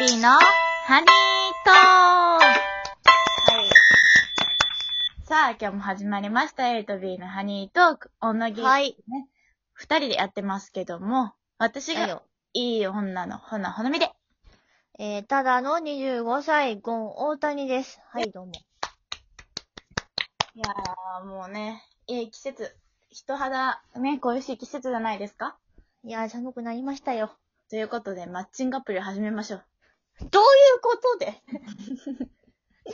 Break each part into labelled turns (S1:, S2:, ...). S1: リーのハニートークはい。さあ、今日も始まりました。A と B のハニートーク。女芸
S2: は
S1: 人
S2: い。
S1: 二人でやってますけども、私
S2: だ
S1: が
S2: よ。
S1: いい女のほなほのみで。
S2: えー、ただの25歳、ゴン大谷です。はい、どうも。
S1: いやー、もうね、いい季節。人肌、ね、恋しい季節じゃないですか
S2: いやー、寒くなりましたよ。
S1: ということで、マッチングアプリを始めましょう。
S2: どういうことで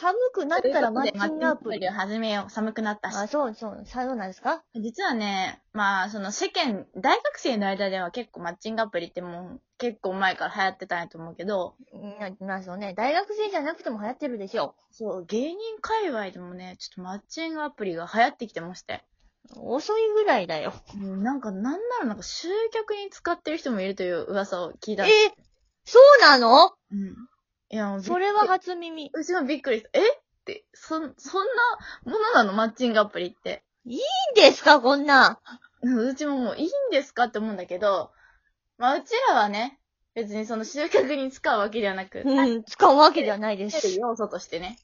S2: 寒くなったらマッチングアプリ。
S1: を始めよう。寒くなったし。
S2: あ、そうそう、そうなんですか
S1: 実はね、まあ、その世間、大学生の間では結構マッチングアプリってもう結構前から流行ってたんやと思うけど、
S2: うん、なんすよね。大学生じゃなくても流行ってるでしょ。
S1: そう、芸人界隈でもね、ちょっとマッチングアプリが流行ってきてまして。
S2: 遅いぐらいだよ。
S1: うんなんか、なんならなんか集客に使ってる人もいるという噂を聞い
S2: え
S1: た。
S2: そうなの
S1: うん。いや、もうびっ
S2: それは初耳。
S1: うちもびっくりした。えって、そん、そんなものなのマッチングアプリって。
S2: いいんですか、こんなん。
S1: うんうちももういいんですかって思うんだけど、まあうちらはね、別にその集客に使うわけではなく、入っ
S2: うん、使うわけではないで
S1: てる
S2: す。
S1: 要素としてね、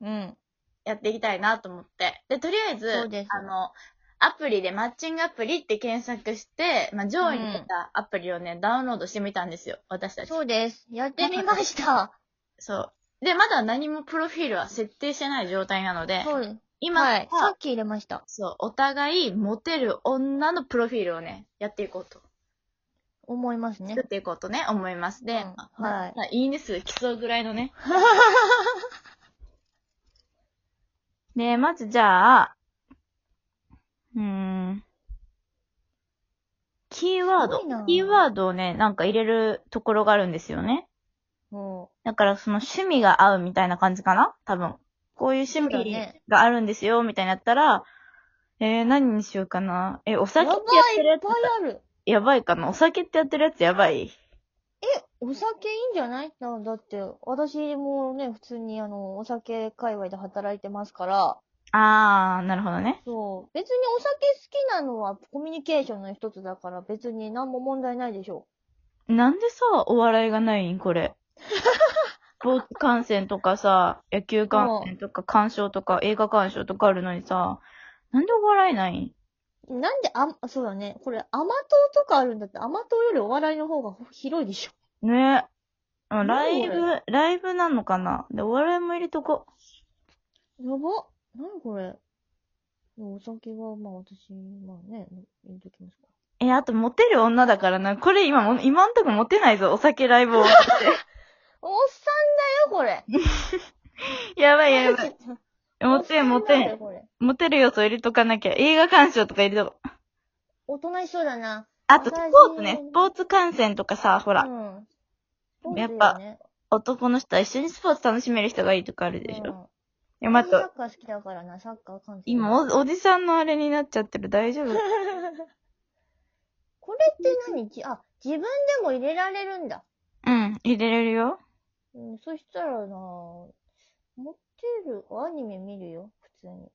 S2: うん。
S1: やっていきたいなと思って。で、とりあえず、
S2: そうです
S1: あの、アプリでマッチングアプリって検索して、まあ上位に出たアプリをね、ダウンロードしてみたんですよ、私たち。
S2: そうです。やってみました。
S1: そう。で、まだ何もプロフィールは設定してない状態なので、
S2: そうです。
S1: 今は、
S2: はい。さっき入れました。
S1: そう、お互いモテる女のプロフィールをね、やっていこうと。
S2: 思いますね
S1: 作っ。ていこうとね、思います。で、
S2: うん
S1: まあ
S2: はい
S1: まあいいね数競うぐらいのね。ねえ、まずじゃあ、うーん。キーワー
S2: すごい
S1: ド。
S2: な
S1: キーワードをね、なんか入れるところがあるんですよね。
S2: も
S1: だからその趣味が合うみたいな感じかな多分。こういう趣
S2: そうだ
S1: 味
S2: ね
S1: があるんですよ、みたいになったら、えー、何にしようかな。え、お
S2: う。
S1: 酒ってやってるや
S2: いっぱいある。
S1: つ、やばいかなお酒ってやってるやつやばい
S2: お酒いいんじゃないだだって、私もね、普通にあの、お酒界隈で働いてますから、
S1: あー、なるほどね。
S2: そう。別にお酒好きなのはコミュニケーションの一つだから、別に何も問題ないでしょ
S1: なんでさ、お笑いがないんこ れ。スポーツ観戦とかさ、野球観戦とか、鑑賞とか、映画鑑賞とかあるのにさ、なんでお笑いないん
S2: う。なんで、あ、そうだね。これ、甘党とかあるんだって、甘党よりお笑いの方が広いでしょ。
S1: ねえ。あライ
S2: なん
S1: ブ、ライブなのかなで、お笑いも入れとこ。
S2: やば。なにこれ。お酒は、まあ私、まあね、入れときますか。
S1: え、あと、モテる女だからな。これ今も、今んとこモテないぞ、お酒ライ ブ終わっ
S2: おっさんだよ、これ。
S1: て。やばいやばい。モ
S2: お
S1: テん、
S2: っさ
S1: モ
S2: んだ
S1: テ
S2: よ
S1: ん。
S2: これ
S1: モテる要素入れとかなきゃ。映画鑑賞とか入れとこ。
S2: 大人しそうだな。
S1: あと、スポーツね。
S2: 私
S1: スポーツ観戦とかさ、ほら。
S2: うん。
S1: やっぱ男の人は一緒にスポーツ楽しめる人がいいとかあるでしょ。いや、
S2: ま
S1: 待
S2: た。
S1: っ
S2: サ
S1: て
S2: ッカー好きだからな、サッカー観戦。
S1: 今お、おじさんのあれになっちゃってる。大丈夫
S2: これって何じあ、自分でも入れられるんだ。
S1: うん、入れれるよ。
S2: うん、そしたらな、持ってる、アニメ見るよ、普通に。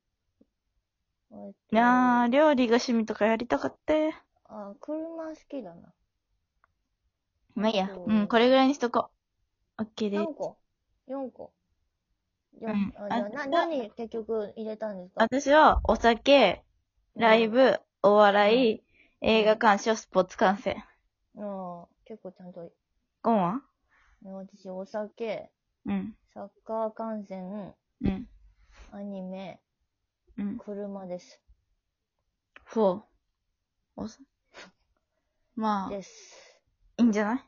S2: えっと
S1: なあ、料理が趣味とかやりたかった。
S2: あ、車好きだな。
S1: まあいいや。
S2: そう
S1: うん、これぐらいにしとこう。オッケーです
S2: 何。個 ?4 個。じゃあ、
S1: うん
S2: あじゃあな
S1: あ
S2: 何結局入れたんですか
S1: 私は、お酒、ライブ、お笑い、映画鑑賞、スポーツ観戦。
S2: うん、結構ちゃんと、ね
S1: ゴンは
S2: 私、お酒、
S1: うん。
S2: サッカー観戦、
S1: うん。
S2: アニメ、
S1: うん。
S2: 車です。
S1: フォー。おさまあ、い
S2: です。
S1: いんじゃない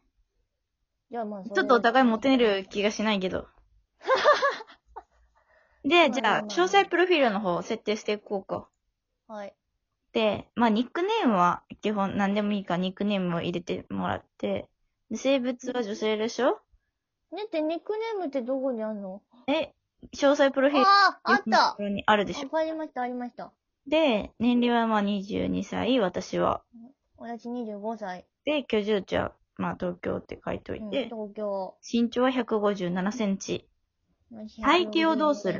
S2: じゃあまあ、それ
S1: ちょっとお互いモテる気がしないけ ど。で、じゃあ、詳細プロフィールの方を設定していこうか。
S2: はい。
S1: で、まあ、ニックネームは基本何でもいいからニックネームを入れてもらって、で性別は女性でしょ
S2: ねって、ニックネームってどこにあんの
S1: え、詳細プロフィール
S2: ああ、あった
S1: のと
S2: わ
S1: ころにあるでしょ
S2: かりました、ありました。
S1: で、年齢はまあ22歳、私は。
S2: 私25歳。
S1: で、居住地はまあ東京って書いておい
S2: うん、
S1: て
S2: 東、京。
S1: 身長は157センチ。体型をどうする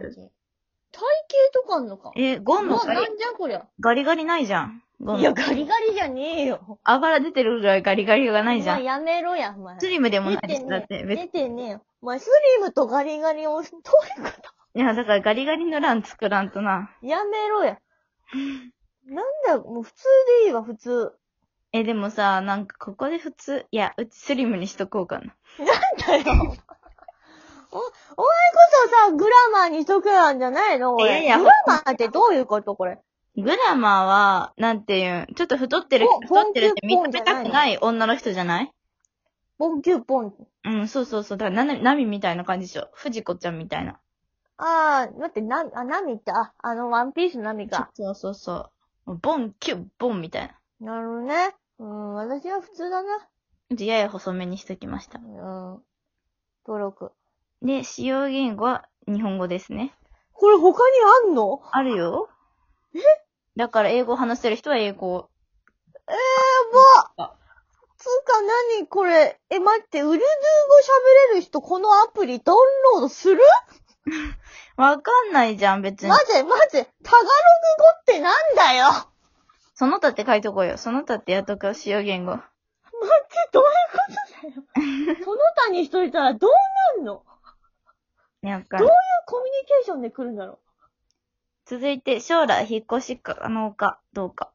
S2: 体型とかあんのか
S1: え、ゴンの
S2: うわ
S1: ガリ
S2: なんじゃこりゃ。
S1: ガリガリないじゃん。ゴンの
S2: いや、ガリガリじゃねえよ。
S1: あばら出てるぐらいガリガリがないじゃ
S2: お前
S1: ん。
S2: やめろや、お前。
S1: スリムでも
S2: 出
S1: ないで
S2: て
S1: す。だ
S2: ね
S1: って
S2: え。
S1: 別に
S2: 出てねえよ。お前、スリムとガリガリを、どういうこと
S1: いや、だからガリガリの欄作らんとな。
S2: やめろや。なんだよ、もう普通でいいわ、普通。
S1: え、でもさ、なんかここで普通、いや、うちスリムにしとこうかな。
S2: なんだよ。お、お前こそさ、グラマーにしとくなんじゃないの
S1: い
S2: 俺
S1: やいや
S2: グラマーってどういうことこれ。
S1: グラマーは、なんていうん、ちょっと太ってる、
S2: ほ
S1: 太ってるって認
S2: 本気
S1: め
S2: っぽいんじゃ
S1: た
S2: ない
S1: く
S2: の
S1: ない女の人じゃない
S2: ボンキューポン。
S1: うん、そうそうそう。だから、な、ナミみたいな感じでしょ。藤子ちゃんみたいな。
S2: あー、待って、な、あ、ナミって、あ、あの、ワンピースのナミか。
S1: そうそうそう。ボン、キュッ、ボンみたいな。
S2: なるほどね。うん、私は普通だな。
S1: うちやや細めにしときました。
S2: うん。登録。
S1: で、使用言語は日本語ですね。
S2: これ他にあんの
S1: あるよ。えだから英語を話せる人は英語。
S2: つうか、なにこれ。え、待って、ウルドゥー語喋れる人、このアプリダウンロードする
S1: わかんないじゃん、別に
S2: マ。ジマジタガログ語ってなんだよマ
S1: その他って書いとこうよ。その他ってやっとくよ、使用言語。
S2: ジどういうことだよ。 その他にしといたらどうなんのど
S1: なんか
S2: どうういうコミュニケーションで来るんだろ
S1: 続いて、将来引っ越し可能かどうか。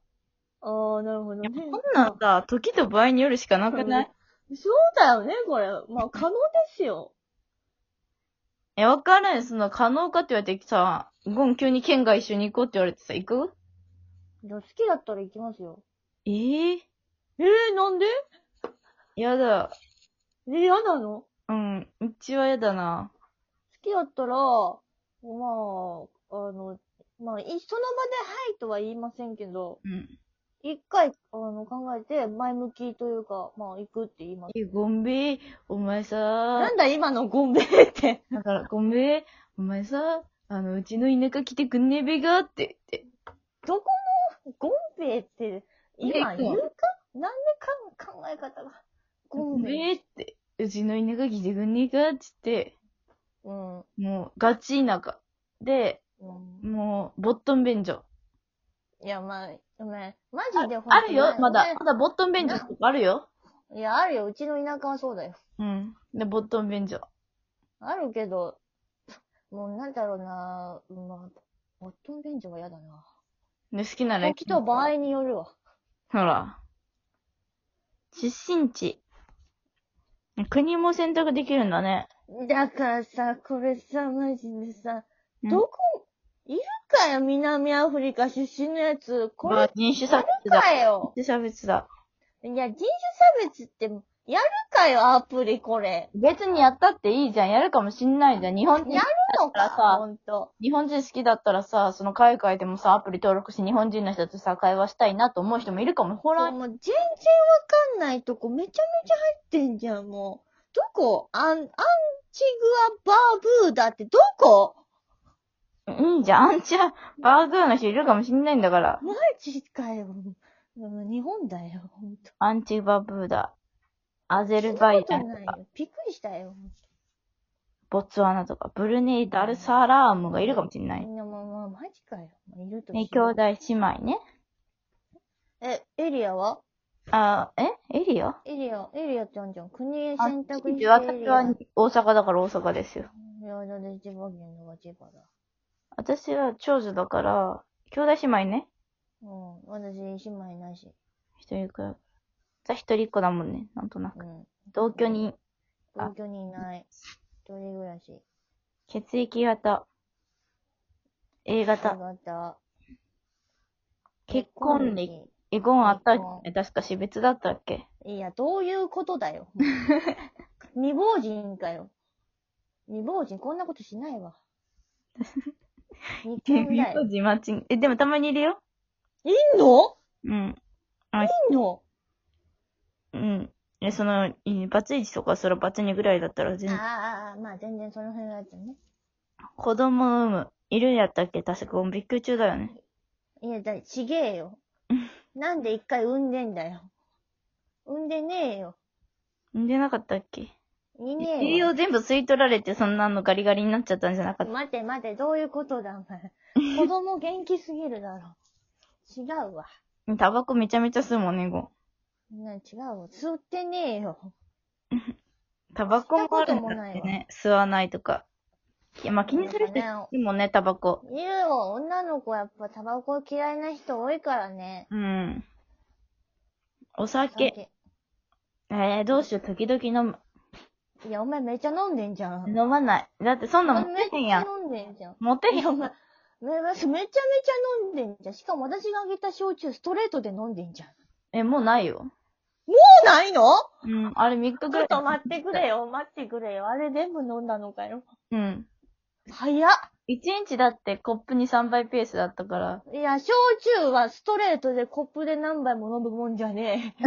S2: う。あー、なるほどね。
S1: こんなんさ、時と場合によるしかなくない
S2: そうだよね、これ。まあ、可能ですよ。
S1: え、わからんよ。その、可能かって言われてさ、ゴン急に県外一緒に行こうって言われてさ、行く
S2: いや、好きだったら行きますよ。
S1: ええ
S2: えー、なんで
S1: やだ。
S2: えー、嫌なの好
S1: うん。うちはやだな。
S2: きだったら、まあ、あの、まあ、いその場ではいとは言いませんけど、
S1: うん。
S2: 一回、あの、考えて、前向きというか、まあ、行くって言います。
S1: え、ごめん、お前さ
S2: な、んだ今のゴンベイって。
S1: だから、ごめん、お前さ、あの、うちの田舎来てくんねえべがって言って。
S2: どこのゴンベイって、今
S1: ね
S2: 言うかなんでか考え方が。ゴ
S1: ご
S2: ンベイ。
S1: めんって、うちの田舎来てくんねえかって言って、
S2: うん。う
S1: もう、ガチ田舎。で、
S2: ん、
S1: もう、ボットン便所。
S2: いや、まあ、ごめん。マジで本当
S1: ある
S2: ない
S1: よ、まだ。まだボットン便所とかあるよ。
S2: いや、あるよ。うちの田舎はそうだよ。
S1: うん。で、ボットン便所。
S2: あるけど、もうなんだろうなまあ、ボットン便所は嫌だな
S1: で、好きなら行く
S2: 起きた場合によるわ。
S1: ほら。出身地。国も選択できるんだね。
S2: だからさ、これさ、マジでさ、
S1: うん
S2: どこ、いるかよ、南アフリカ出身のやつ。こ
S1: ま
S2: れ
S1: あ、人種差別だ。
S2: かよ。
S1: 人種差別だ。
S2: いや、人種差別って、やるかよ、アプリこれ。
S1: 別にやったっていいじゃん。やるかもしんないじゃん。日本人
S2: やるの
S1: だ
S2: か、
S1: からさ
S2: ほんと。
S1: 日本人好きだったらさ、その海外でもさ、アプリ登録して日本人の人とさ、会話したいなと思う人もいるかも。ほ
S2: も
S1: ら
S2: う、全然わかんないとこめちゃめちゃ入ってんじゃん、もう。どこアン、アンチグアバーブーダってどこ
S1: いいじゃん。アンチャバーグーの人いるかもしんないんだから。
S2: マジかよ。うん日本だよ、ほんと。
S1: アンチバブーダ。アゼルバイジャ
S2: そん
S1: ン
S2: な
S1: と
S2: こと
S1: か
S2: ない、よ。びっくりしたよ。
S1: ボツワナとか、ブルネイ、ダルサラームがいるかもしんない。
S2: みんな、まあまあ、マジかよ。まあいると
S1: ね、
S2: し
S1: 兄弟姉妹ね。
S2: え、エリアは
S1: あ、えエリア
S2: エリア、エリアってあんじゃん。国
S1: あ
S2: 選択にしてエリア。
S1: 私は大阪だから大阪ですよ。
S2: いや、だって千葉県のが千葉だ。
S1: 私は長女だから、兄弟姉妹ね。
S2: うん。私、姉妹いないし。
S1: 一人っ子だから。私一人っ子だもんね、なんとなく。
S2: うん。
S1: 同居人、あ
S2: 東京にいない。一人暮らし。
S1: 血液型、A 型、
S2: 型。
S1: 結婚歴、。え、ゴンあったっけ確か死別だったっけ
S2: いや、どういうことだ よ。未亡人かよ。未亡人、こんなことしない わ。未 婚だよ。
S1: 名字マッチングえ、でもたまにいるよ。
S2: いんの
S1: うん。
S2: いんの
S1: うん。え、その、いバツイチとかそれバツ2ぐらいだったら全然、
S2: ああ、まあ全然その辺のやつね。
S1: 子供を産む。いるんやったっけ確かゴンびっくり中だよね。
S2: いや、だ、ちげえ よ。なんで一回産んでんだよ。産んでねえよ。
S1: 産んでなかったっけ
S2: いねえ
S1: 栄
S2: よ。
S1: 養全部吸い取られて、そんなのガリガリになっちゃったんじゃなかった。
S2: 待て待て、どういうことだ、お 前。子供元気すぎるだろ。違うわ。
S1: タバコめちゃめちゃ吸うもんね、ゴン。
S2: な違うわ。吸ってねえよ。
S1: タバコもあるんだって
S2: 吸ったこともな
S1: ね。吸わないとか。いや、まあ気にする人い
S2: なんか
S1: るもんね、タバコ。
S2: ね、いるよ、女の子はやっぱタバコ嫌いな人多いからね。
S1: うん。お
S2: お
S1: 酒。
S2: 酒
S1: えー、どうしよう、時々飲
S2: いや、お前めっちゃ飲んでんじゃん。
S1: む。飲まない。だってそんなもん持
S2: めって
S1: へん
S2: ち
S1: や
S2: ゃ
S1: ん。
S2: 飲んでんじゃん。
S1: 持てへ
S2: い
S1: ん。
S2: や、お前、めめちゃめちゃ飲んでんじゃん。しかも私があげた焼酎ストレートで飲んでんじゃん。そ
S1: え、もうないよ。
S2: うないの
S1: うん、あれ3日ぐ
S2: ち
S1: ら
S2: ょ
S1: い
S2: っ。と待ってくれよ、待ってくれよ。あれ全部飲んだのかよ。
S1: うん。
S2: 早っ。
S1: 1日だってコップに3倍ペースだったから。
S2: いや、焼酎はストレートでコップで何杯も飲むもんじゃねえ。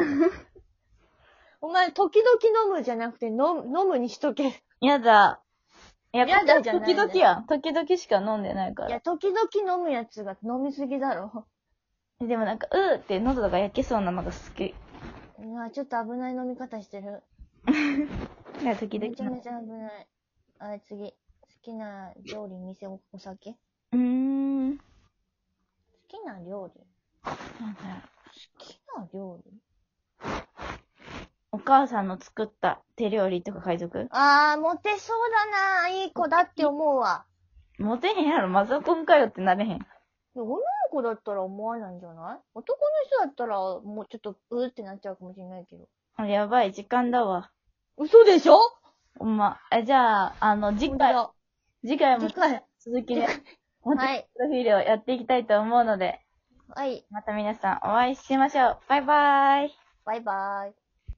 S2: お前、時々飲むじゃなくて、飲む、飲むにしとけ。い
S1: やだ。いや、
S2: やだじゃな
S1: 時
S2: い
S1: 々やん。時々しか飲んでないから。
S2: や、時々飲むやつが飲みすぎだろ。
S1: えでもなんか、うーって喉とか焼けそうなのが好き。
S2: いや、ちょっと危ない飲み方してる。
S1: いや、時々
S2: めちゃめちゃ危ない。あれ、次。好きな料理、店、おお酒好
S1: うーん。なん
S2: きな料理
S1: だろう
S2: 好きな料理
S1: お母さんの作った手料理とか海賊
S2: あー、モテそうだな。いい子だって思うわ。
S1: モテへんやろ、マザコンかよってなれへん。
S2: 女の子だったら思わないんじゃない男の人だったら、もうちょっと、うーってなっちゃうかもしれないけど。
S1: あやばい、時間だわ。
S2: 嘘でしょ
S1: ほんま。え、じゃあ、あの、次回、
S2: 本
S1: 次回
S2: 当だ
S1: も
S2: でかい。
S1: 続きで、モテ
S2: はい。
S1: プロフィールをやっていきたいと思うので、
S2: はい。
S1: また皆さんお会いしましょう。バイバーイ。
S2: バイバーイ。